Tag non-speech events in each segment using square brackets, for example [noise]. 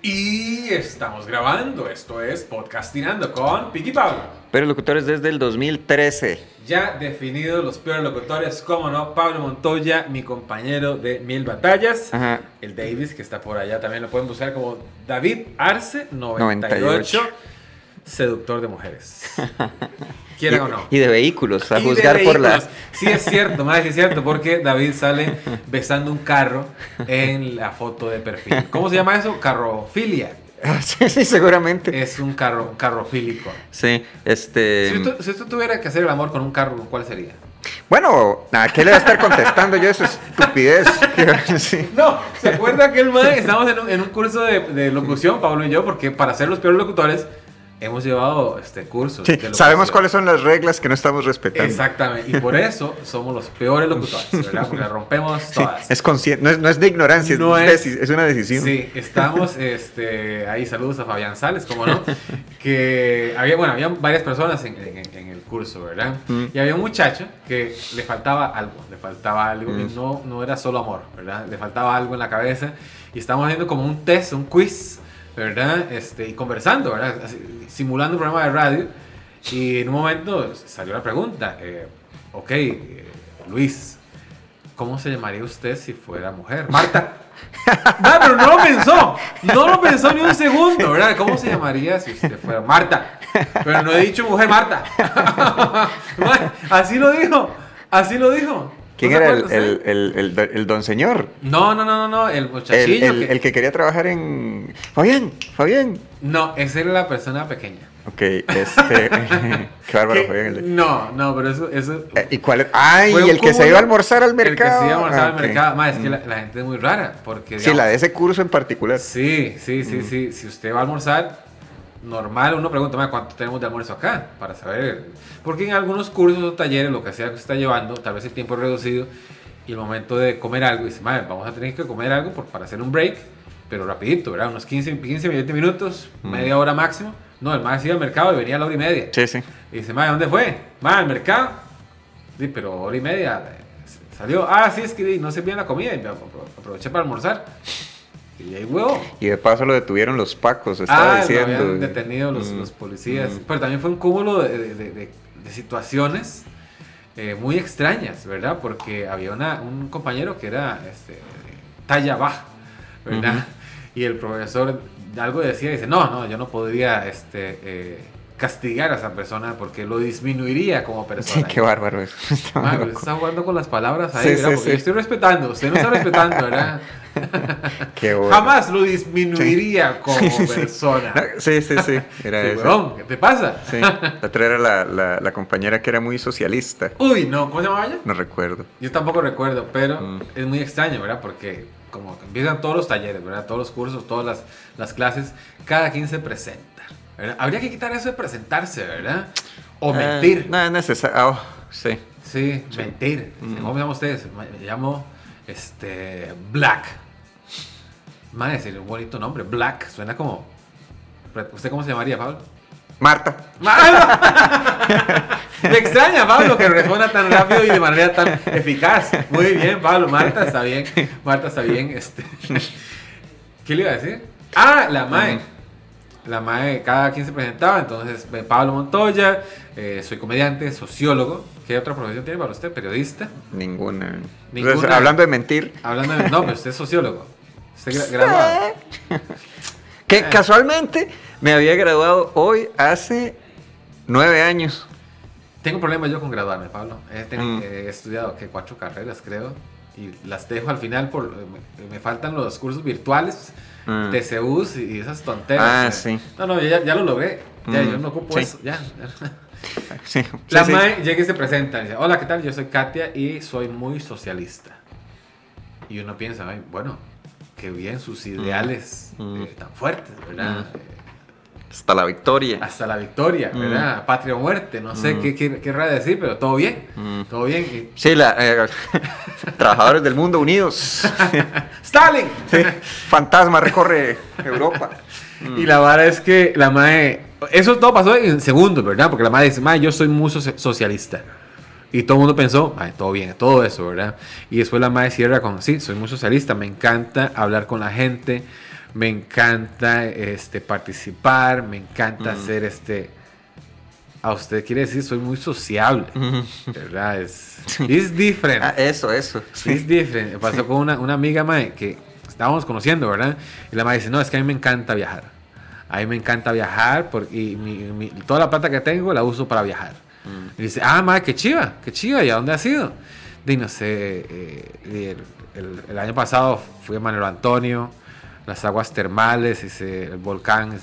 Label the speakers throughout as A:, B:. A: Y estamos grabando. Esto es Podcastinando con Piqui Pablo.
B: Pero locutores desde el 2013.
A: Ya definidos los peores locutores, cómo no, Pablo Montoya, mi compañero de Mil Batallas.
B: Ajá.
A: El Davis, que está por allá, también lo pueden buscar como David Arce 98,
B: 98.
A: seductor de
B: [laughs]
A: mujeres. Quieran
B: y,
A: o no.
B: Y de vehículos, a
A: Y de
B: juzgar por
A: vehículos.
B: las.
A: Sí, es cierto, más que es cierto, porque David sale besando un carro en la foto de perfil. ¿Cómo se llama eso? Carrofilia.
B: [laughs] sí, sí, seguramente.
A: Es un carro, un carrofílico.
B: Sí, este.
A: Si tú, si tú tuvieras que hacer el amor con un carro, ¿cuál sería?
B: Bueno, ¿a qué le va a estar contestando yo esa estupidez? [laughs] Sí.
A: No, ¿se acuerda que el man? Estábamos en un, en un curso de, de locución, Pablo y yo, porque para ser los peores locutores hemos llevado este curso.
B: Sí, Sabemos cuáles son las reglas que no estamos
A: son.
B: respetando.
A: Exactamente, y por eso somos los peores locutores, ¿verdad? Porque las rompemos
B: Sí,
A: todas.
B: es consciente, no es, no es de ignorancia, es,
A: No es-
B: deci- es una decisión.
A: Sí,
B: [laughs]
A: estamos, este, ahí saludos a Fabián Sales, como no, que había, bueno, había varias personas en, en- en el curso, ¿verdad?
B: Mm.
A: Y había un muchacho que le faltaba algo, le faltaba algo,
B: Mm.
A: y no, no era solo amor, ¿verdad? Le faltaba algo en la cabeza, y estábamos haciendo como un test, un quiz, ¿verdad? Este, y conversando, ¿verdad? Así, simulando un programa de radio, y en un momento salió la pregunta, eh, ok, eh, Luis, ¿Cómo se llamaría usted si fuera mujer? Marta. [laughs] No, pero no lo pensó. No lo pensó ni un segundo, ¿verdad? ¿Cómo se llamaría si usted fuera Marta? Pero no he dicho mujer Marta. [laughs] Ma, Así lo dijo. Así lo dijo.
B: ¿Quién
A: ¿No se
B: era el,
A: acuerda
B: el,
A: usted?
B: el, el do- el don señor?
A: No, no, no, no, no. El
B: El,
A: muchachillo.
B: el-
A: que-
B: el que quería trabajar en. Fabián, Fabián.
A: No, esa era la persona pequeña.
B: Ok, este. [laughs] qué bárbaro,
A: Que-
B: Fabián. el de-
A: No, no, pero eso... eso...
B: Eh, ¿Y cuál era? ¡Ay!
A: fue un
B: El que se
A: cúmulo.
B: iba a almorzar al mercado.
A: El que se iba a almorzar
B: Ah,
A: al
B: ok.
A: mercado. Ma, es que la, la gente es muy rara. Porque,
B: Sí,
A: digamos,
B: la de ese curso en particular.
A: Sí, sí, sí, sí. Si usted va a almorzar, normal uno pregunta, "Ma, ¿cuánto tenemos de almuerzo acá? Para saber. Porque en algunos cursos o talleres, lo que sea que usted está llevando, tal vez el tiempo es reducido y el momento de comer algo, dice, "Ma, vamos a tener que comer algo por- para hacer un break, pero rapidito, ¿verdad? Unos 15, 15 20 minutos, media hora máximo. No, el más iba al mercado y venía a la hora y media.
B: Sí, sí.
A: Y dice, "Ma, ¿dónde fue? Ma, al mercado. Sí, pero hora y media eh, salió. Ah, sí, es que di, no servían la comida y me apro- aproveché para almorzar. Y ahí huevo.
B: Y de paso lo detuvieron los pacos, estaba
A: Ah, lo
B: diciendo.
A: habían detenido los,
B: Mm.
A: los policías. Pero también fue un cúmulo de, de- de- de- de situaciones eh, muy extrañas, ¿verdad? Porque había una- un compañero que era este, talla baja, ¿verdad? Y el profesor algo decía, dice, no, no, yo no podría este, eh, castigar a esa persona porque lo disminuiría como
B: [laughs] Sí,
A: persona. [laughs]
B: qué bárbaro eso. [laughs] Está
A: Ah,
B: loco.
A: pero está jugando con las palabras ahí,
B: Sí,
A: ¿verdad?
B: sí,
A: Porque
B: sí.
A: yo estoy respetando, usted no está respetando,
B: [laughs]
A: ¿verdad?
B: Qué bueno.
A: Jamás lo disminuiría
B: [laughs]
A: como persona.
B: No, sí, sí, sí. Era
A: Sí,
B: eso.
A: huevón, ¿qué te pasa?
B: Sí. La otra era la, la, la compañera que era muy socialista.
A: Uy, no, ¿cómo se llamaba ella?
B: No recuerdo.
A: Yo tampoco recuerdo, pero
B: Mm.
A: es muy extraño, ¿verdad? Porque como que empiezan todos los talleres, ¿verdad? Todos los cursos, todas las, las clases, cada quien se presenta, ¿verdad? Habría que quitar eso de presentarse, ¿verdad? O
B: Ah,
A: mentir.
B: no, es necesario. sí.
A: Sí, mentir.
B: Mm.
A: ¿Cómo se llaman ustedes? Me me llamo este Black. Madre, sería un bonito nombre. Black. Suena como. ¿Usted cómo se llamaría, Pablo?
B: Marta.
A: ¡Pablo! Me extraña, Pablo, que responda tan rápido y de manera tan eficaz. Muy bien, Pablo. Marta está bien. Marta está bien. Este. ¿Qué le iba a decir? Ah, la MAE. La MAE, cada quien se presentaba. Entonces, eh, Pablo Montoya, eh, soy comediante, sociólogo. ¿Qué otra profesión tiene para usted? Periodista.
B: Ninguna.
A: Ninguna.
B: Entonces, hablando de mentir.
A: Hablando de... No, pero usted es sociólogo. Usted gra- graduado.
B: [laughs] Que
A: Ah.
B: casualmente me había graduado hoy hace nueve años.
A: Tengo problemas yo con graduarme, Pablo. He, teni-
B: Mm.
A: eh, he estudiado ¿qué? cuatro carreras, creo. Y las dejo al final por... eh, Me, me faltan los cursos virtuales,
B: Mm.
A: TCUs y, y esas tonteras.
B: Ah,
A: Eh,
B: sí.
A: No, no, ya, ya lo logré. Ya,
B: Mm,
A: yo no ocupo
B: sí.
A: eso. Ya.
B: Sí,
A: La
B: sí, sí.
A: mae llega y se presenta. y Dice, hola, ¿qué tal? Yo soy Katia y soy muy socialista. Y uno piensa, "Ay, bueno, qué bien sus ideales
B: Mm.
A: eh, tan fuertes, ¿verdad? Eh,
B: Mm. Hasta la victoria.
A: hasta la victoria,
B: Mm.
A: ¿verdad? Patria o muerte, no sé
B: Mm.
A: qué qué querrá decir, pero todo bien,
B: Mm.
A: todo bien. y-
B: Sí, la, eh, [laughs] trabajadores del mundo unidos.
A: [laughs] ¡Stalin!
B: [laughs] Sí, Fantasma recorre Europa.
A: [laughs]
B: Mm.
A: Y la vara es que la madre, eso todo pasó en segundos, ¿verdad? Porque la madre dice, madre, yo soy muy socia- socialista. Y todo el mundo pensó, "Mae, todo bien, todo eso, ¿verdad? Y después la madre cierra con, sí, soy muy socialista, me encanta hablar con la gente, me encanta este, participar, me encanta hacer este... A usted quiere decir, soy muy sociable, ¿verdad? Es it's different.
B: Ah, eso, eso.
A: It's different. Me Pasó con una, una amiga mae, que estábamos conociendo, ¿verdad? Y la madre dice, no, es que a mí me encanta viajar. A mí me encanta viajar porque, y mi- mi- toda la plata que tengo la uso para viajar.
B: Mm.
A: Y dice, ah, madre, qué chiva, qué chiva, ¿y a dónde has ido? Y no sé, eh, y el, el- el año pasado fui a Manuel Antonio, las aguas termales, dice, el volcán. Es-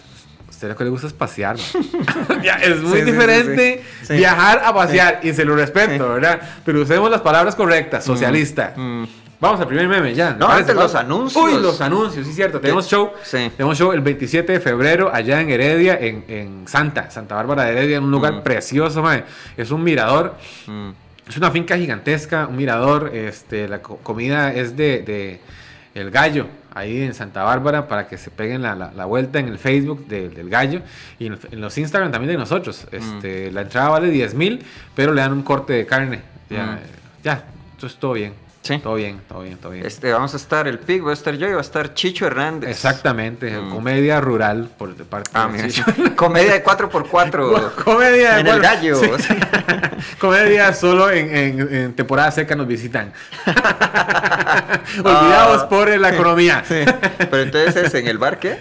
A: Usted lo que le gusta es
B: [laughs]
A: pasear. mae. Ya, es muy
B: Sí, sí, sí,
A: diferente
B: sí. Sí.
A: viajar a pasear y se lo respeto, ¿verdad? Pero usemos las palabras correctas, socialista.
B: Mm.
A: Vamos al primer meme, ya. ¿le
B: No,
A: parece?
B: antes los
A: Vamos.
B: anuncios.
A: Uy, los anuncios, sí, cierto. Tenemos show.
B: Sí.
A: Tenemos show el 27 de febrero allá en Heredia, en, en Santa, Santa Bárbara de Heredia, en un lugar
B: Mm.
A: precioso, mae. Es un mirador.
B: Mm.
A: Es una finca gigantesca, un mirador. Este, la co- comida es de, de El Gallo, ahí en Santa Bárbara, para que se peguen la, la- la vuelta en el Facebook de- del Gallo y en, el- en los Instagram también de nosotros.
B: Mm.
A: Este, La entrada vale 10 mil, pero le dan un corte de carne. Ya,
B: Mm.
A: ya, entonces todo bien.
B: Sí.
A: Todo bien, todo bien, todo bien.
B: Este, vamos a estar el Pig, voy a estar yo y va a estar Chicho Hernández.
A: Exactamente,
B: Mm.
A: comedia rural por parte
B: Ah,
A: de
B: mira.
A: Chicho.
B: Comedia de 4x4.
A: [laughs] Comedia
B: en el
A: bueno,
B: gallo.
A: sí.
B: [laughs]
A: Comedia solo en, en- en temporada seca nos visitan. [laughs] Olvidados
B: Ah.
A: por la economía.
B: [laughs] Pero entonces es en el bar, ¿qué?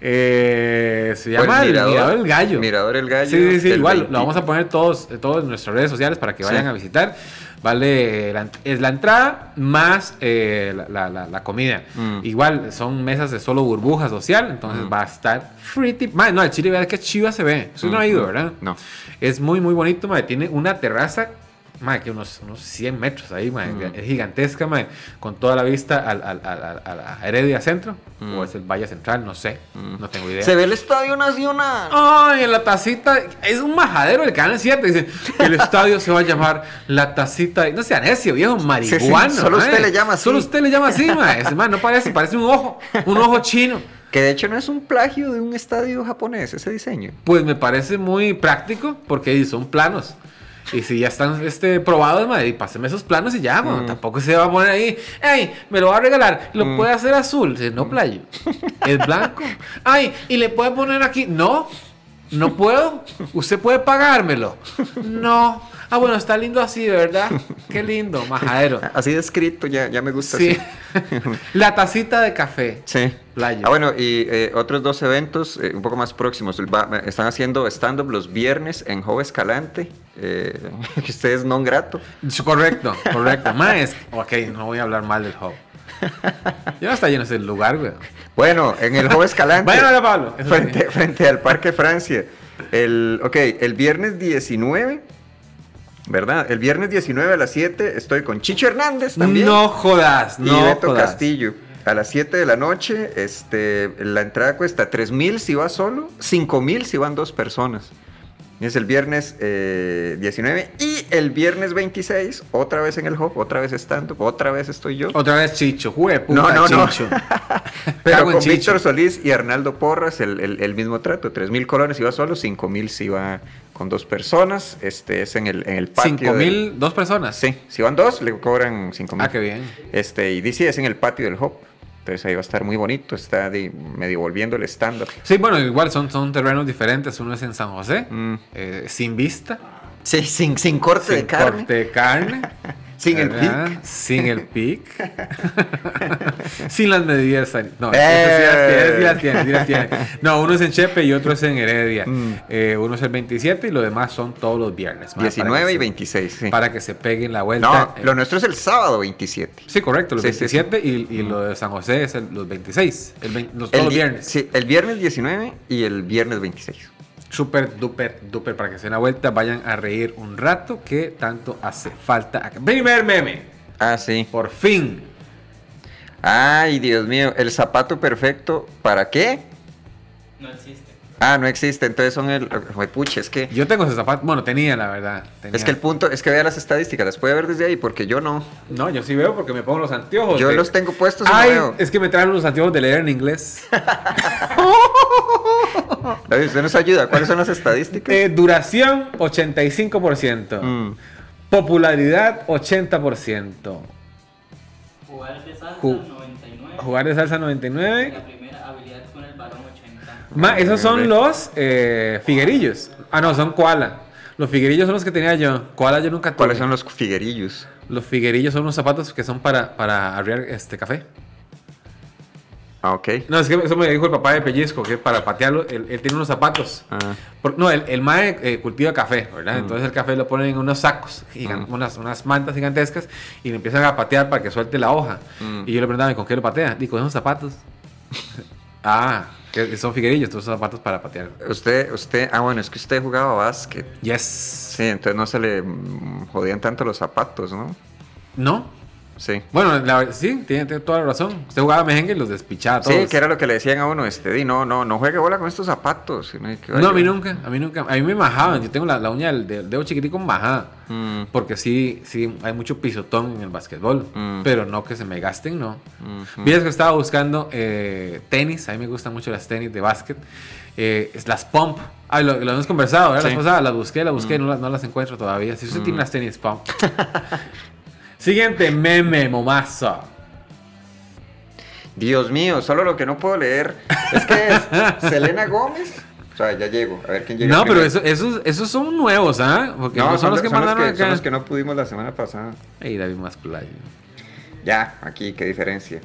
A: Eh, se
B: O
A: llama el mirador, el gallo.
B: Mirador el gallo.
A: Sí, sí, sí,
B: del
A: igual
B: 20.
A: lo vamos a poner todos, todos en nuestras redes sociales para que
B: Sí.
A: vayan a visitar. Vale, la, ent- es la entrada más eh, la, la- la- la comida.
B: Mm.
A: Igual son mesas de solo burbuja social, entonces va a estar free tip. Madre, no, el chile, vea qué chiva se ve. Eso no ha
B: Mm,
A: ido, ¿verdad?
B: No.
A: Es muy, muy bonito, madre. Tiene una terraza, madre, que unos, unos 100 metros ahí, madre.
B: Mm.
A: Es gigantesca, madre. Con toda la vista al, al- al- al- a la Heredia Centro.
B: Mm.
A: O es el Valle Central, no sé.
B: Mm.
A: No tengo idea.
B: Se ve el Estadio Nacional.
A: Ay, en la tacita. Es un majadero el canal 7. Dicen que el estadio se va a llamar la tacita. de-". No sea necio, viejo, marihuana.
B: Sí, sí, solo usted le llama así.
A: Solo usted le llama así, mae. Ese, mae, no parece, parece un ojo. Un ojo chino.
B: Que de hecho no es un plagio de un estadio japonés, ese diseño.
A: Pues me parece muy práctico porque ahí son planos. Y si ya están este, probados, madre, páseme esos planos y ya, bueno, tampoco se va a poner ahí, ay, me lo va a regalar, lo puede hacer azul, Dice, no playo, es blanco, ay, y le puede poner aquí, no, no puedo, usted puede pagármelo, no, ah, bueno, está lindo así, ¿verdad? Qué lindo, majadero,
B: Así descrito, ya, ya me gusta.
A: sí,
B: Ah, así.
A: [laughs] la tacita de café,
B: Sí.
A: Playo.
B: Ah, bueno, y eh, otros dos eventos eh, un poco más próximos. El va- eh, están haciendo stand-up los viernes en Jove Escalante, eh, [laughs] que usted es non grato.
A: Correcto, correcto. Más, ok, no voy a hablar mal del hub. Ya está lleno ese lugar, güey.
B: Bueno, en el Jove Escalante.
A: Vayan a ver a Pablo. eso sí.
B: frente, frente al Parque Francia. El, ok, el viernes 19, ¿verdad? El viernes 19 a las 7 estoy con Chicho Hernández también.
A: No jodas, no
B: y Beto
A: jodas.
B: Castillo. A las 7 de la noche, este, la entrada cuesta 3 mil si va solo, 5 mil si van dos personas. Es el viernes eh, 19 y el viernes 26, otra vez en el Hop, otra vez estando, otra vez estoy yo.
A: Otra vez Chicho, güey, puta
B: No, no, no. [laughs]
A: Chicho.
B: Pero
A: Cago en
B: con
A: Chicho.
B: Víctor Solís y Arnaldo Porras, el, el- el mismo trato. 3 mil colones iba solo, 5 mil si iba con dos personas. Este es en el, en el patio.
A: Cinco
B: del-
A: mil, dos personas.
B: Sí, si van dos, le cobran 5 mil.
A: Ah, qué bien.
B: Este, y dice, es en el patio del Hop. Entonces ahí va a estar muy bonito, está de- medio volviendo el estándar.
A: Sí, bueno, igual son, son terrenos diferentes. Uno es en San José,
B: Mm.
A: eh, sin vista,
B: Sí, sin, sin corte Ah,
A: sin corte de carne,
B: [laughs] Sin el
A: ¿verdad?
B: pic.
A: sin el pic, [laughs] sin las medidas. san- No,
B: Eh.
A: esas sí las tiene, sí las tiene, sí las tiene. No, uno es en Chepe y otro es en Heredia.
B: Mm.
A: Eh, uno es el 27 y los demás son todos los viernes. ma, para que
B: 19 y
A: se-
B: 26, sí.
A: Para que se peguen la vuelta.
B: No,
A: Eh,
B: lo nuestro es el sábado 27.
A: Sí, correcto, los
B: Sí, sí, Mm.
A: 27 y- Y, lo de San José es el- los 26, el vein- los, todos los
B: di-
A: viernes.
B: Sí, el viernes 19 y el viernes 26.
A: Super, duper, duper, para que se den la vuelta, vayan a reír un rato que tanto hace falta. acá. Primer meme,
B: Ah, sí.
A: por fin.
B: Ay, Dios mío, el zapato perfecto, ¿para qué?
C: No existe.
B: Ah, no existe, entonces son el... Pucha, es que...
A: Yo tengo ese zapato, bueno, tenía la verdad. tenía.
B: Es que el punto, es que vea las estadísticas, las puede ver desde ahí, porque yo no.
A: No, yo sí veo porque me pongo los anteojos.
B: Yo
A: de-
B: los tengo puestos y no
A: Ay,
B: veo.
A: es que me traen los anteojos de leer en
B: [laughs]
A: inglés.
B: David, usted nos ayuda, ¿cuáles son las
A: [laughs]
B: estadísticas?
A: Eh, duración, 85%.
B: Mm.
A: Popularidad, 80%.
C: Jugar de salsa,
A: Ju-
C: 99.
A: Jugar de salsa,
C: La
A: 99%.
C: primera habilidad
A: Ma, esos son
B: Correcto.
A: los eh, figuerillos. Ah, no, son koala. Los figuerillos son los que tenía yo. Koala yo nunca tuve.
B: ¿Cuáles son los figuerillos?
A: Los figuerillos son unos zapatos que son para, para arriar este café.
B: Ah, ok.
A: No, es que eso me dijo el papá de Pellizco, que para patearlo, él, él tiene unos zapatos.
B: Ah,
A: Por- no, el, el mae eh, cultiva café, ¿verdad? Entonces el café lo ponen en unos sacos, gigan-
B: Mm.
A: unas, unas mantas gigantescas, y le empiezan a patear para que suelte la hoja.
B: Mm.
A: Y yo le preguntaba, "¿Y ¿con qué lo patea? Digo, con esos zapatos. [laughs] ah, que son figuerillos, todos son zapatos para patear.
B: usted, usted, ah, bueno, es que usted jugaba básquet.
A: Yes.
B: Sí, entonces no se le mm, jodían tanto los zapatos, ¿no?
A: ¿No?
B: Sí.
A: Bueno, la- sí, tiene, tiene toda la razón. Usted jugaba mejengue y los despichaba a todos.
B: Sí, que era lo que le decían a uno, este, di, no, no, no juegue bola con estos zapatos. Y no, y que,
A: No, a mí
B: oye,
A: nunca, a mí nunca. A mí me majaban, yo tengo la, la uña del, del dedo chiquitico majada.
B: mm,
A: Porque sí, sí, hay mucho pisotón en el básquetbol.
B: Mm.
A: Pero no que se me gasten, no.
B: mm, mm.
A: Miras que estaba buscando eh, tenis. A mí me gustan mucho las tenis de básquet. Eh, es las pump. Ah, lo, lo hemos conversado, ¿verdad?
B: Sí. Mm.
A: Las, pasadas, las busqué, las busqué, no, las, no las encuentro todavía. Si usted tiene las tenis pump. [laughs] Siguiente meme, momazo.
B: Dios mío, solo lo que no puedo leer es que
A: [laughs]
B: es Selena Gómez. O sea, ya llego, a ver quién llega.
A: No, pero
B: primero.
A: eso, esos, esos son nuevos, ¿ah? Porque
B: No,
A: no son los que
B: son
A: mandaron
B: que- son
A: acá.
B: los que no pudimos la semana pasada.
A: Ey, David más playa.
B: Ya, aquí, qué diferencia.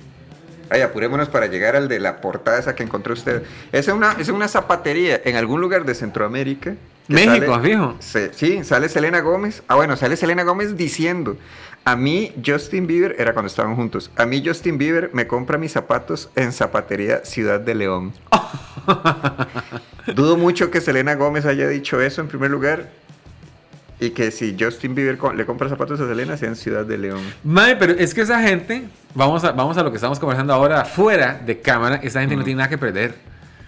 B: Ay, apurémonos para llegar al de la portada esa que encontró usted. Es una, es una zapatería en algún lugar de Centroamérica. que
A: México,
B: sale-
A: fijo.
B: se- sí, sale Selena Gómez. Ah, bueno, sale Selena Gómez diciendo, a mí Justin Bieber, era cuando estaban juntos, a mí Justin Bieber me compra mis zapatos en Zapatería Ciudad de [laughs] León. Dudo mucho que Selena Gómez haya dicho eso en primer lugar. Y que si Justin Bieber co- le compra zapatos a Selena, sea en Ciudad de León.
A: Mae, pero es que esa gente, vamos a, vamos a lo que estamos conversando ahora fuera de cámara, esa gente
B: Mm.
A: no tiene nada que perder.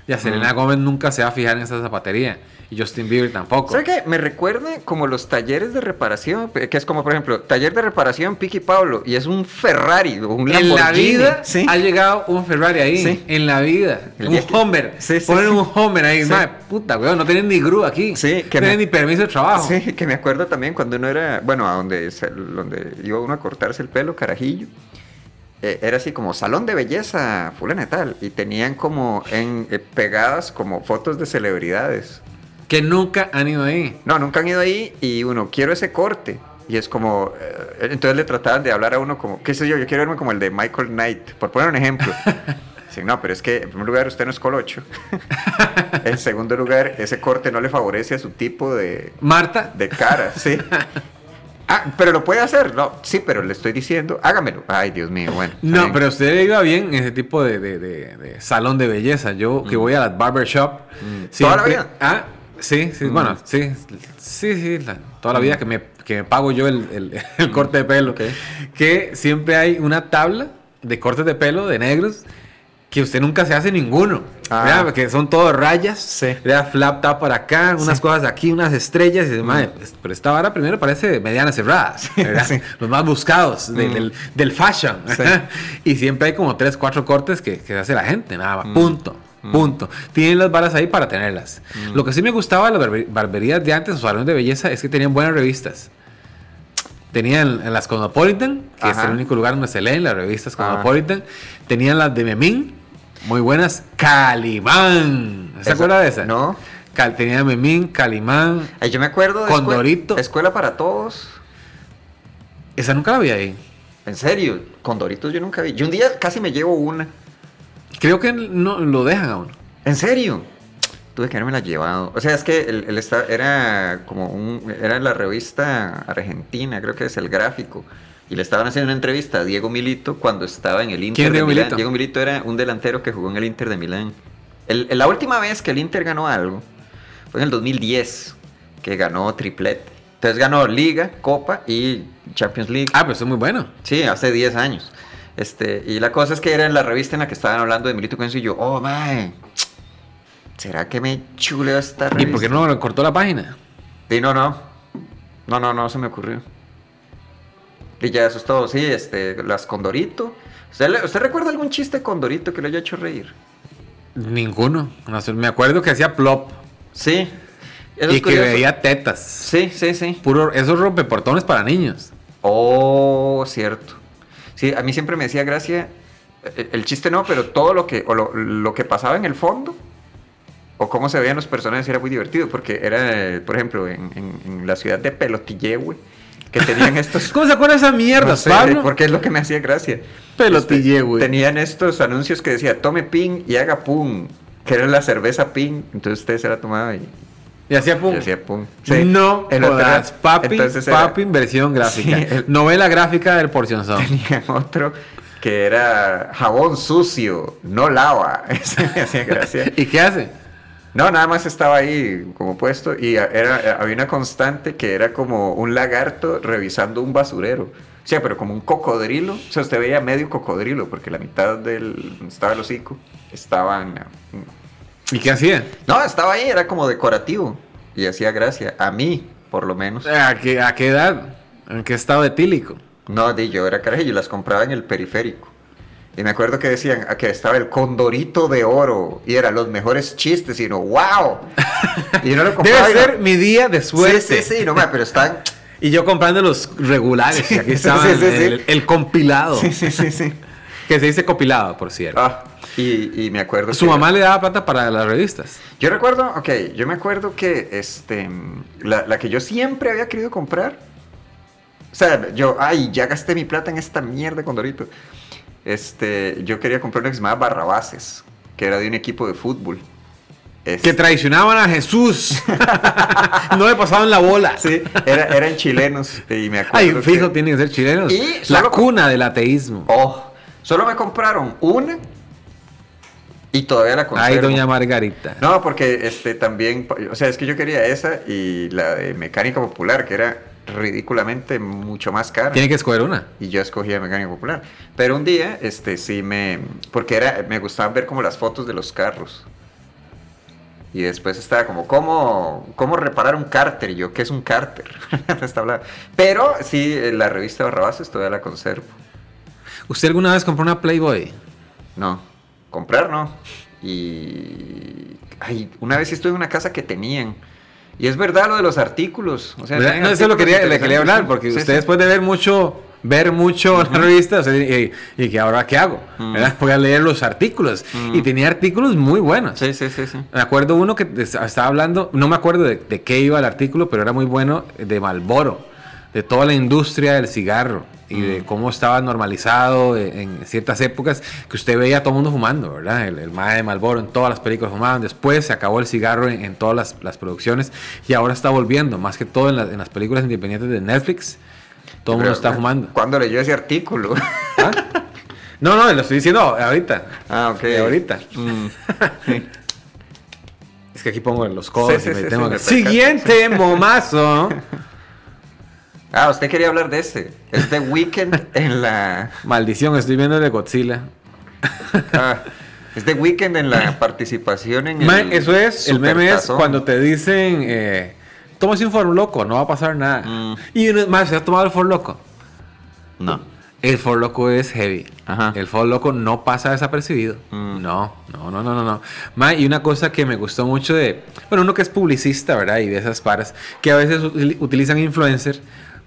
A: Y a Selena Gómez nunca se va a fijar en esa zapatería. Y Justin Bieber tampoco.
B: ¿Sabe qué? Me recuerda como los talleres de reparación, pe- que es como, por ejemplo, taller de reparación Piqui Pablo, y es un Ferrari o un
A: En
B: Lamborghini.
A: la vida
B: Sí.
A: ha llegado un Ferrari ahí.
B: Sí.
A: En la vida.
B: El
A: un
B: día que-
A: Homer.
B: Sí, sí,
A: Ponen
B: sí.
A: un Homer ahí.
B: Sí.
A: Mae, puta, weón. No tienen ni grúa aquí.
B: Sí,
A: no
B: que
A: tienen
B: me-
A: ni permiso de trabajo.
B: Sí, que me acuerdo también cuando uno era, bueno, a donde, se- donde iba uno a cortarse el pelo, carajillo. eh, era así como salón de belleza, fulana y tal. Y tenían como en, eh, pegadas como fotos de celebridades.
A: Que nunca han ido ahí.
B: No, nunca han ido ahí y uno, quiero ese corte. Y es como, eh, entonces le trataban de hablar a uno como, qué sé yo, yo quiero verme como el de Michael Knight, por poner un ejemplo. Dicen, no, pero es que en primer lugar usted no es colocho. en segundo lugar, ese corte no le favorece a su tipo de,
A: Marta.
B: de cara,
A: [laughs]
B: sí. Ah, pero lo puede hacer, no, sí, pero le estoy diciendo, hágamelo. Ay, Dios mío, bueno. está
A: No,
B: bien.
A: pero usted le iba bien en ese tipo de, de- de- de salón de belleza. Yo que voy a las barbershop.
B: Mm. ¿Toda la
A: siempre-
B: vida?
A: Ah, sí, sí,
B: Mm.
A: bueno, sí, sí, sí, la- toda la vida que me, que me pago yo el, el- [laughs] el corte de pelo.
B: Ok.
A: Que siempre hay una tabla de cortes de pelo de negros que usted nunca se hace ninguno.
B: Ah.
A: ¿verdad? Que son todos rayas.
B: Sí.
A: ¿verdad? Flap tap para acá, unas cosas aquí, unas estrellas. Y, dice, "Mae, pues, pero esta vara primero parece medianas cerradas. ¿verdad?
B: Mm. [laughs] sí.
A: Los más buscados de-
B: Mm.
A: del, del fashion.
B: Sí.
A: [laughs] y siempre hay como tres, cuatro cortes que, que hace la gente, nada
B: Mm.
A: más. Punto. Punto. Tienen las balas ahí para tenerlas.
B: Mm.
A: Lo que sí me gustaba de las barbe- barberías de antes, o salones de belleza, es que tenían buenas revistas. Tenían en las Cosmopolitan, que es
B: Ajá.
A: el único lugar donde se leen las revistas
B: Ah.
A: Cosmopolitan. Tenían las de Memín, muy buenas. Calimán. ¿Se
B: Esa-
A: acuerda de esa?
B: No.
A: Cal- tenía Memín, Calimán.
B: Ay, yo me acuerdo de escue-
A: Condorito.
B: Escuela para Todos.
A: Esa nunca la vi ahí.
B: En serio, con Doritos yo nunca vi. Yo un día casi me llevo una.
A: Creo que no lo dejan aún.
B: ¿En serio? Tuve que haberme la llevado. O sea, es que el, el esta- era como un. Era la revista argentina, creo que es el gráfico. Y le estaban haciendo una entrevista a Diego Milito cuando estaba en el Inter.
A: ¿Quién es
B: de
A: Diego
B: Milán.
A: Milito?
B: Diego Milito era un delantero que jugó en el Inter de Milán. El- la última vez que el Inter ganó algo fue en el 2010, que ganó triplete. Entonces ganó Liga, Copa y Champions League.
A: Ah, pero eso es muy bueno.
B: Sí, hace 10 años. Este, y la cosa es que era en la revista en la que estaban hablando de Milito Cuenzo y yo, oh, mae, ¿será que me chuleo esta
A: ¿Y
B: revista?
A: por qué no lo cortó la página?
B: Y no, no. No, no, no se me ocurrió. Y ya eso es todo. Sí, este, las Condorito. ¿Usted, le- usted recuerda algún chiste de Condorito que le haya hecho reír?
A: Ninguno. No sé, me acuerdo que hacía plop
B: Sí. Eso es
A: y que
B: curioso.
A: veía tetas.
B: Sí, sí, sí.
A: Puro, esos rompeportones para niños.
B: Oh, cierto. Sí, a mí siempre me e, hacía gracia eh, el chiste no, pero todo lo que o lo, lo que pasaba en el fondo o cómo se veían los personajes era muy divertido, porque era, eh, por ejemplo, en, en- en la ciudad de Pelotillehue, que tenían estos...
A: [laughs] ¿Cómo se acuerda esa mierda,
B: No sé, eh,
A: Pablo?
B: porque es lo que me hacía gracia.
A: Pelotillé, güey.
B: Este, Tenían estos anuncios que decía, tome ping y haga pum, que era la cerveza ping, entonces usted se la tomaba y,
D: Y hacía pum.
B: y hacía pum.
A: no
B: el otro
A: jodas,
B: era-
A: papi,
B: entonces era-
A: papi, versión gráfica.
B: Sí, el-
A: Novela gráfica del Porción Zone.
B: [laughs] Tenían otro que era jabón sucio, no lava. [laughs] Ese me hacía gracia.
A: ¿Y qué hace?
B: No, nada más estaba ahí como puesto y a- era, había una constante que era como un lagarto revisando un basurero. O sea, pero como un cocodrilo. O sea, usted veía medio cocodrilo porque la mitad del... donde Estaba el hocico. Estaban...
A: ¿Y qué hacía?
B: No, estaba ahí, era como decorativo. Y hacía gracia. A mí, por lo menos.
A: ¿A qué, a qué edad? ¿En qué estado etílico?
B: No, di, yo era carajillo, las compraba en el periférico. Y me acuerdo que decían ah, que estaba el condorito de oro y eran los mejores chistes y
A: [laughs]
B: no, wow. Y yo no lo
A: Debe
B: compraba. y no-
A: ser mi día de suerte.
B: Sí, sí, sí, no ma,
A: [laughs]
B: pero están.
A: Y yo comprando los regulares. y aquí estaba
B: Sí, sí,
A: el,
B: sí.
A: el- el compilado.
B: Sí, sí, sí, sí.
A: Que se dice compilado, por cierto.
B: [laughs] Ah, y, y me acuerdo.
A: Su
B: que-
A: mamá le daba plata para las revistas.
B: Yo recuerdo, ok, yo me acuerdo que este, mm, la, la que yo siempre había querido comprar. O sea, yo, ay, ya gasté mi plata en esta mierda con Dorito. Este, yo quería comprar una que se llamaba Barrabases, que era de un equipo de fútbol. Este,
A: Que traicionaban a Jesús. [laughs] no le pasaban la bola.
B: sí, era- eran chilenos. Y me acuerdo.
A: Ay, fijo,
B: que-
A: tienen que ser chilenos.
B: Y
A: la
B: solo-
A: cuna del ateísmo.
B: Oh, solo me compraron una y todavía la conservo.
A: Ay, doña Margarita.
B: No, porque este también, o sea, es que yo quería esa y la de mecánica popular, que era ridículamente mucho más cara.
A: Tiene que escoger una.
B: Y yo escogía mecánica popular. Pero un día, este, sí me, porque era, me gustaban ver como las fotos de los carros. Y después estaba como, ¿cómo, cómo reparar un cárter? Y yo, ¿qué es un cárter? [laughs] Está hablando. Pero sí, eh, la revista Barrabases todavía la conservo.
A: ¿Usted alguna vez compró una Playboy?
B: No, comprar no. Y. Ay, una vez sí estuve en una casa que tenían. Y es verdad lo de los artículos. O sea,
A: ¿Verdad?
B: tenían
A: No, eso lo
B: artículos
A: quería, le quería
B: interesantes,
A: hablar, porque
B: sí,
A: usted
B: sí.
A: después de ver mucho, ver mucho la revista, usted dice, "Ey, ¿y, que ahora qué hago?
B: Mm.
A: ¿Verdad? Voy a leer los artículos.
B: Mm.
A: Y tenía artículos muy buenos.
B: Sí, sí, sí, sí.
A: Me acuerdo uno que es- estaba hablando, no me acuerdo de, de qué iba el artículo, pero era muy bueno, de Malboro, de toda la industria del cigarro y de
B: Mm.
A: cómo estaba normalizado en, en ciertas épocas, que usted veía a todo el mundo fumando, ¿verdad? El, el mae de Malboro en todas las películas fumaban, después se acabó el cigarro en, en todas las, las producciones y ahora está volviendo, más que todo en, la- en las películas independientes de Netflix, todo el mundo
B: Pero,
A: está fumando.
B: ¿Cuándo leyó ese artículo? [laughs]
A: No, no, lo estoy diciendo ahorita.
B: ah, ok.
A: De ahorita.
B: Mm.
A: Es que aquí pongo los codos
B: Sí,
A: y
B: sí,
A: me
B: sí,
A: tengo
B: sí,
A: que-
B: me percato. [laughs]
A: Siguiente momazo.
B: Ah, usted quería hablar de ese. Este weekend en la.
A: Maldición, estoy viendo el de Godzilla.
B: ah, este weekend en la participación en.
A: Ma,
B: el
A: eso es, el meme es
B: supertazón.
A: cuando te dicen, eh, tómase un for loco, no va a pasar nada.
B: Mm.
A: Y uno, más, se ha tomado el for loco.
B: No.
A: El for loco es heavy.
B: Ajá.
A: El for loco no pasa desapercibido.
B: Mm.
A: No, no, no, no, no. no. Ma, y una cosa que me gustó mucho de, bueno, uno que es publicista, ¿verdad? Y de esas paras, que a veces util- utilizan influencers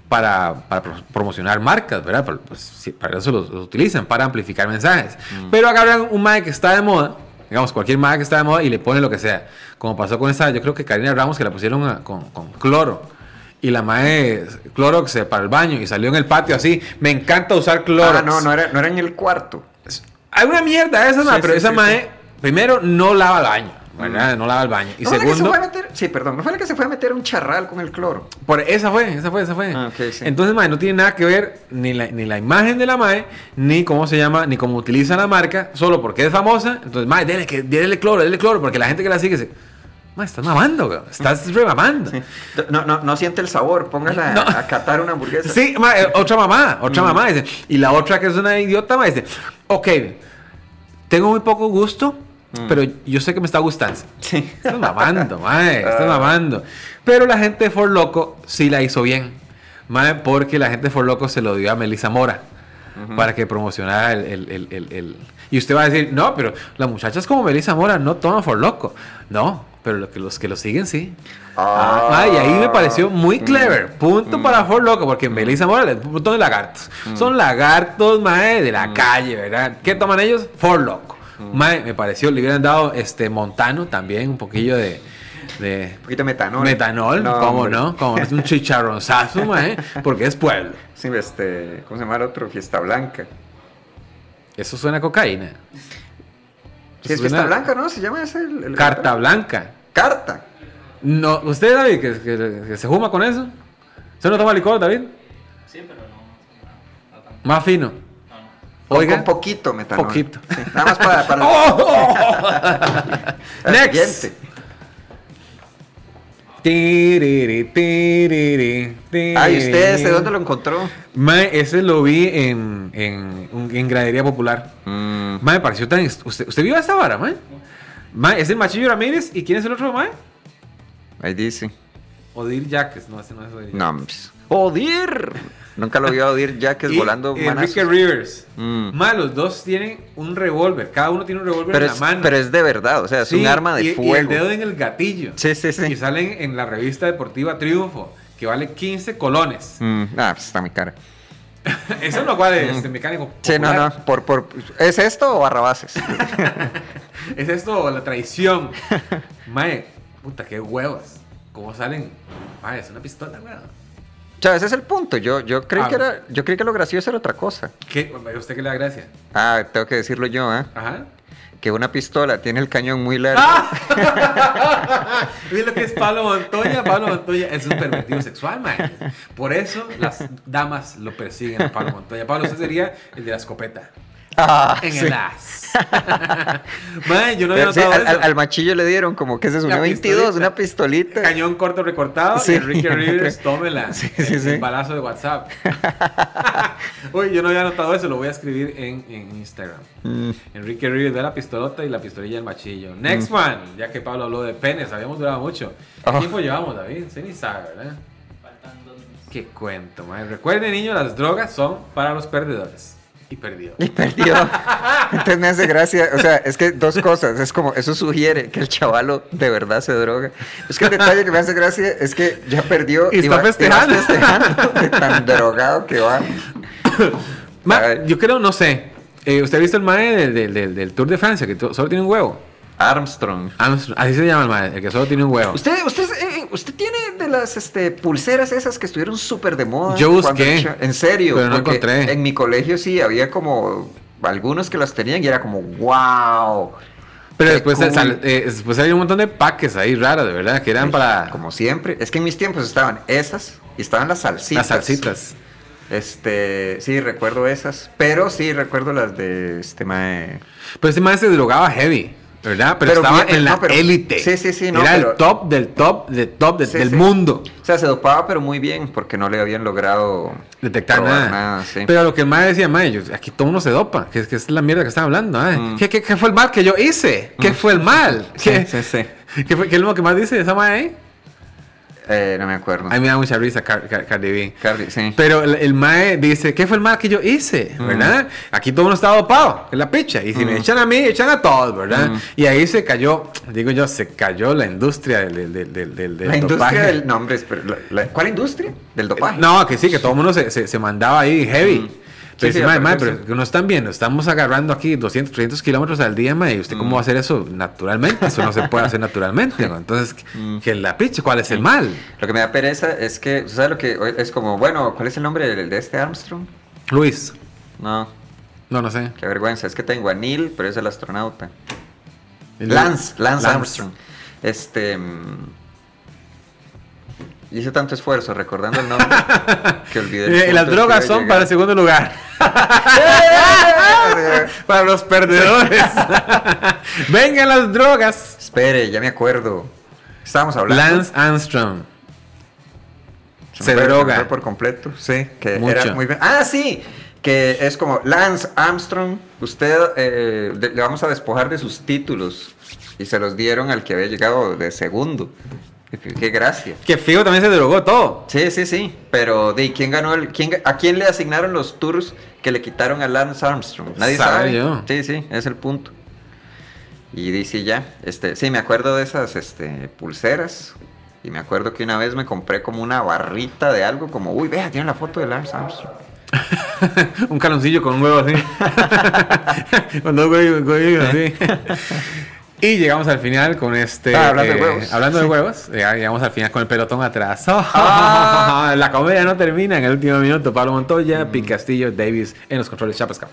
A: para, para pro- promocionar marcas, ¿verdad? Para, pues, sí, para eso los, los utilizan, para amplificar mensajes.
B: Mm.
A: Pero agarran un mae que está de moda, digamos, cualquier mae que está de moda y le ponen lo que sea. Como pasó con esa, yo creo que Karina Ramos que la pusieron a- con, con cloro. Y la mae Clorox eh, para el baño y salió en el patio así. Me encanta usar Clorox.
B: Ah, no, no era, no era en el cuarto.
A: Hay una mierda esa, mae,
B: Sí,
A: pero
B: sí,
A: esa
B: sí,
A: mae, primero, no lava el baño. ¿verdad? No lava el baño. Y
B: ¿No fue la que se
A: segundo,
B: fue a meter- Sí, perdón. ¿No fue la que se fue a meter un charral con el cloro?
A: por, esa fue, esa fue, esa fue.
B: Ah, ok, sí.
A: Entonces, mae, no tiene nada que ver ni la, ni la imagen de la mae, ni cómo se llama, ni cómo utiliza la marca, solo porque es famosa. Entonces, mae, dele, que- dele cloro, dele cloro, porque la gente que la sigue se. Mae, estás mamando, weón,
B: Mm.
A: estás remamando.
B: [laughs] No, no, no siente el sabor. Póngala
A: No.
B: a catar una hamburguesa.
A: Sí, ma, eh, otra mamá,
B: Mm.
A: otra mamá. Dice, y la otra que es una idiota, ma, dice, ok, tengo muy poco gusto, pero yo sé que me está gustando.
B: Mm. Sí.
A: Estás mamando,
B: [laughs]
A: mae, estás
B: Ah.
A: mamando. Pero la gente de For Loco sí la hizo bien, mae, porque la gente de For Loco se lo dio a Melissa Mora para que promocionara el, el- el- el- el- Y usted va a decir, no, pero las muchachas como Melissa Mora no toman For Loco. No, pero lo que, los que lo siguen sí.
B: Ah.
A: Ah, y ahí me pareció muy
B: Mm. Mm.
A: clever. Punto para For Loco, porque Melissa Mora le un montón de lagartos. Son lagartos, mae, de la calle, ¿verdad? ¿Qué toman ellos? For Loco.
B: Mm.
A: Mae, me pareció, le hubieran dado este Montano también, un poquillo de. de
B: Un poquito de metanol.
A: metanol, ¿cómo
B: hombre.
A: no? Como es un chicharronzazo, mae, porque es pueblo.
B: Sí, este, ¿cómo se llama el otro? Fiesta Blanca.
A: Eso suena a cocaína.
B: Sí, es
A: Suena-
B: Fiesta Blanca, ¿no? Se llama ese el, el-
A: Pues Carta blanca.
B: Carta.
A: No, ¿Usted, David, que, que- que se juma con eso? ¿Usted no toma licor, David?
C: Sí, pero no. no, No tanto.
A: Más fino.
C: No, no.
B: Con-
A: Oiga.
B: Con
A: [laughs]
B: poquito metanol.
A: Poquito. Oh,
B: Sí, nada más para, para
A: [laughs]
B: [laughs] el
A: Next.
B: siguiente.
A: Tiriri, tiriri, tiriri.
B: Ay, ¿usted ese dónde lo encontró?
A: Mae, ese lo vi en, en, un- en Gradería Popular.
B: Mm,
A: Mae, me pareció tan... est- ¿Usted, ¿Usted vio esta vara, mae? Mae, es el Machillo Ramírez. ¿Y quién es el otro, mae?
B: Ahí dice.
A: Odir Jaques. No, ese no es Odir
B: No, pues. ¡Odir! Nunca lo vio a Odir Jaques
A: Y
B: volando manazos.
A: Enrique Rivers.
B: Mm.
A: Mae, los dos tienen un revólver. Cada uno tiene un revólver en
B: Pero
A: la
B: es,
A: mano.
B: pero es de verdad, o sea, es
A: Sí,
B: un arma de
A: y-
B: fuego.
A: Y el dedo en el gatillo.
B: Sí, sí, sí.
A: Y salen en la revista deportiva Triunfo, que vale 15 colones. [laughs]
B: Mm, ah, pues está mi cara.
A: Eso no vale este mecánico.
B: Sí, no,
A: popular.
B: no. Por, por, ¿Es esto
A: [laughs]
B: o barrabases?
A: ¿Es esto o la
B: [laughs]
A: traición? Mae, puta, qué huevos. ¿Cómo salen? Mae, es una pistola, weón.
B: Chao, ese es el punto. Yo, yo, creí
A: Ah.
B: que era, yo creí que lo gracioso era otra cosa.
A: ¿Qué? ¿A ¿Usted qué le da gracia?
B: Ah, tengo que decirlo yo, ¿eh?
A: Ajá.
B: Que una pistola tiene el cañón muy largo.
A: Ah, [laughs] Miren lo que es Pablo Montoya. Pablo Montoya es un pervertido sexual, mae. Por eso las damas lo persiguen a Pablo Montoya. Pablo, usted sería el de la escopeta.
B: [laughs] Ah,
A: En
B: sí.
A: el as. [laughs] Mae, yo no había
B: Pero sí,
A: notado
B: al, al-
A: eso.
B: al machillo le dieron como que ese es
A: La
B: una 22,
A: pistolita.
B: una pistolita.
A: Cañón corto recortado
B: Sí.
A: y Enrique Rivers, tómela.
B: Sí, sí,
A: el,
B: sí.
A: el balazo de
B: [laughs]
A: WhatsApp. Uy, yo no había notado eso, lo voy a escribir en, en Instagram.
B: Mm,
A: Enrique Rivers da la pistolota y la pistolilla del machillo. Next man, ya que Pablo habló de penes, habíamos durado mucho. ¿Qué
B: Ajá.
A: tiempo llevamos, David? Se ni sabe, ¿verdad?
C: Faltan dos minutos.
A: Qué cuento, man. Recuerden, niños, las drogas son para los perdedores y perdidos.
B: [laughs] y perdió. Entonces me hace gracia. O sea, es que dos cosas. Es como, eso sugiere que el chavalo de verdad se droga. Es que el detalle que me hace gracia es que ya perdió.
A: Y está
B: va-
A: festejando.
B: va festejando de tan drogado que va.
A: Ma,
B: Ay.
A: yo creo, no sé. eh, ¿Usted ha visto el mae del, del- del- del Tour de Francia que to- solo tiene un huevo?
B: Armstrong.
A: Armstrong, Así se llama el mae, el que solo tiene un huevo.
B: Usted, usted, es- eh, eh, usted tiene de las este, pulseras esas que estuvieron súper de moda.
A: Yo
B: cuando
A: busqué,
B: era cha- En serio.
A: pero no
B: porque
A: encontré.
B: En mi colegio sí había como algunos que las tenían y era como, wow.
A: Pero
B: Qué
A: después,
B: cool.
A: sal- eh, después hay un montón de paques ahí raras, de verdad, que eran para
B: Como siempre. Es que en mis tiempos estaban esas y estaban las salsitas.
A: las salsitas.
B: Este, sí, recuerdo esas. Pero sí, recuerdo las de este mae.
A: Pero este mae se drogaba heavy, ¿verdad? Pero,
B: Pero
A: estaba
B: bien,
A: en la
B: no, pero-
A: élite.
B: sí, sí, sí, no,
A: Era
B: pero-
A: el top del top del top de-
B: Sí,
A: del
B: sí.
A: mundo.
B: O sea, se dopaba, pero muy bien, porque no le habían logrado
A: Detectar
B: probar
A: nada.
B: sí.
A: Pero lo que el mae decía, mae, yo- aquí todo uno se dopa, que, es- que es la mierda que están hablando. mae.
B: Mm.
A: ¿Qué, qué, qué fue el mal que yo hice? ¿Qué fue el mal?
B: Sí,
A: ¿Qué,
B: sí, sí.
A: ¿Qué, fue- qué es lo que más dice esa mae ahí?
B: Eh, no me acuerdo.
A: A mí me da mucha risa Car- Car- Cardi B.
B: Cardi- sí.
A: Pero el, el mae dice, ¿qué fue el mal que yo hice? ¿Verdad? Aquí todo uno está dopado, es la picha. Y si me
B: Mm.
A: echan a mí, echan a todos, ¿verdad?
B: Mm.
A: Y ahí se cayó, digo yo, se cayó la industria del, del, del, del, del
B: La industria
A: dopaje.
B: del. No, hombre, pero la- la- ¿cuál industria? Del dopaje.
A: Eh, No, que sí, que todo el mundo se, se, se mandaba ahí heavy.
B: Mm. Sí,
A: Pero
B: sí,
A: dice, mae,
B: a
A: mae,
B: perderse".
A: pero que no están viendo, estamos agarrando aquí 200, 300 kilómetros al día, mae, ¿y usted
B: Mm.
A: cómo va a hacer eso naturalmente? Eso no se puede hacer naturalmente, ¿no? Entonces,
B: Mm.
A: que la picha, ¿cuál es el mal?
B: Lo que me da pereza es que. ¿usted ¿Sabe lo que.? Es como, bueno, ¿cuál es el nombre de, de este Armstrong?
A: Luis,
B: No,
A: no, no sé.
B: qué vergüenza. Es que tengo a Neil, pero es el astronauta. Lance, Lance, Armstrong. Este. mm, Hice tanto esfuerzo recordando el nombre
A: [laughs]
B: que olvidé. el
A: Eh,
B: punto
A: las
B: al que
A: drogas
B: iba a
A: son para el
B: llegar.
A: segundo
B: [laughs]
A: lugar. para los
B: [laughs]
A: perdedores. Vengan las drogas.
B: Espere, ya me acuerdo. Estábamos hablando.
A: Lance Armstrong.
B: Se,
A: Se
B: me fue- me
A: droga.
B: fue por completo, sí. Que
A: Mucho.
B: era muy bien. Ah, sí. Que es como Lance Armstrong, usted eh, de- le vamos a despojar de sus títulos. Y se los dieron al que había llegado de segundo. Qué- Qué gracia.
A: Que Figo también se drogó todo.
B: Sí, sí, sí. Pero de quién ganó el, quién, ga- a quién le asignaron los tours que le quitaron a Lance Armstrong. Nadie
A: Sabe
B: sabe.
A: yo.
B: Sí, sí, es el punto. Y dice ya, este, sí, me acuerdo de esas este, pulseras. Y me acuerdo que una vez me compré como una barrita de algo, como, uy, vea, tiene la foto de Lance Armstrong.
A: [laughs] un caloncillo con un huevo así.
B: [laughs]
A: con dos huevos, huevos así. Y llegamos al final con este.
B: Ah, hablando de
A: eh,
B: huevos.
A: hablando de
B: Sí.
A: huevos, eh, llegamos al final con el pelotón atrás. [laughs]
B: Ah.
A: La comedia no termina en el último minuto. Pablo Montoya, Pete Castillo, Davis en los controles Chapascap.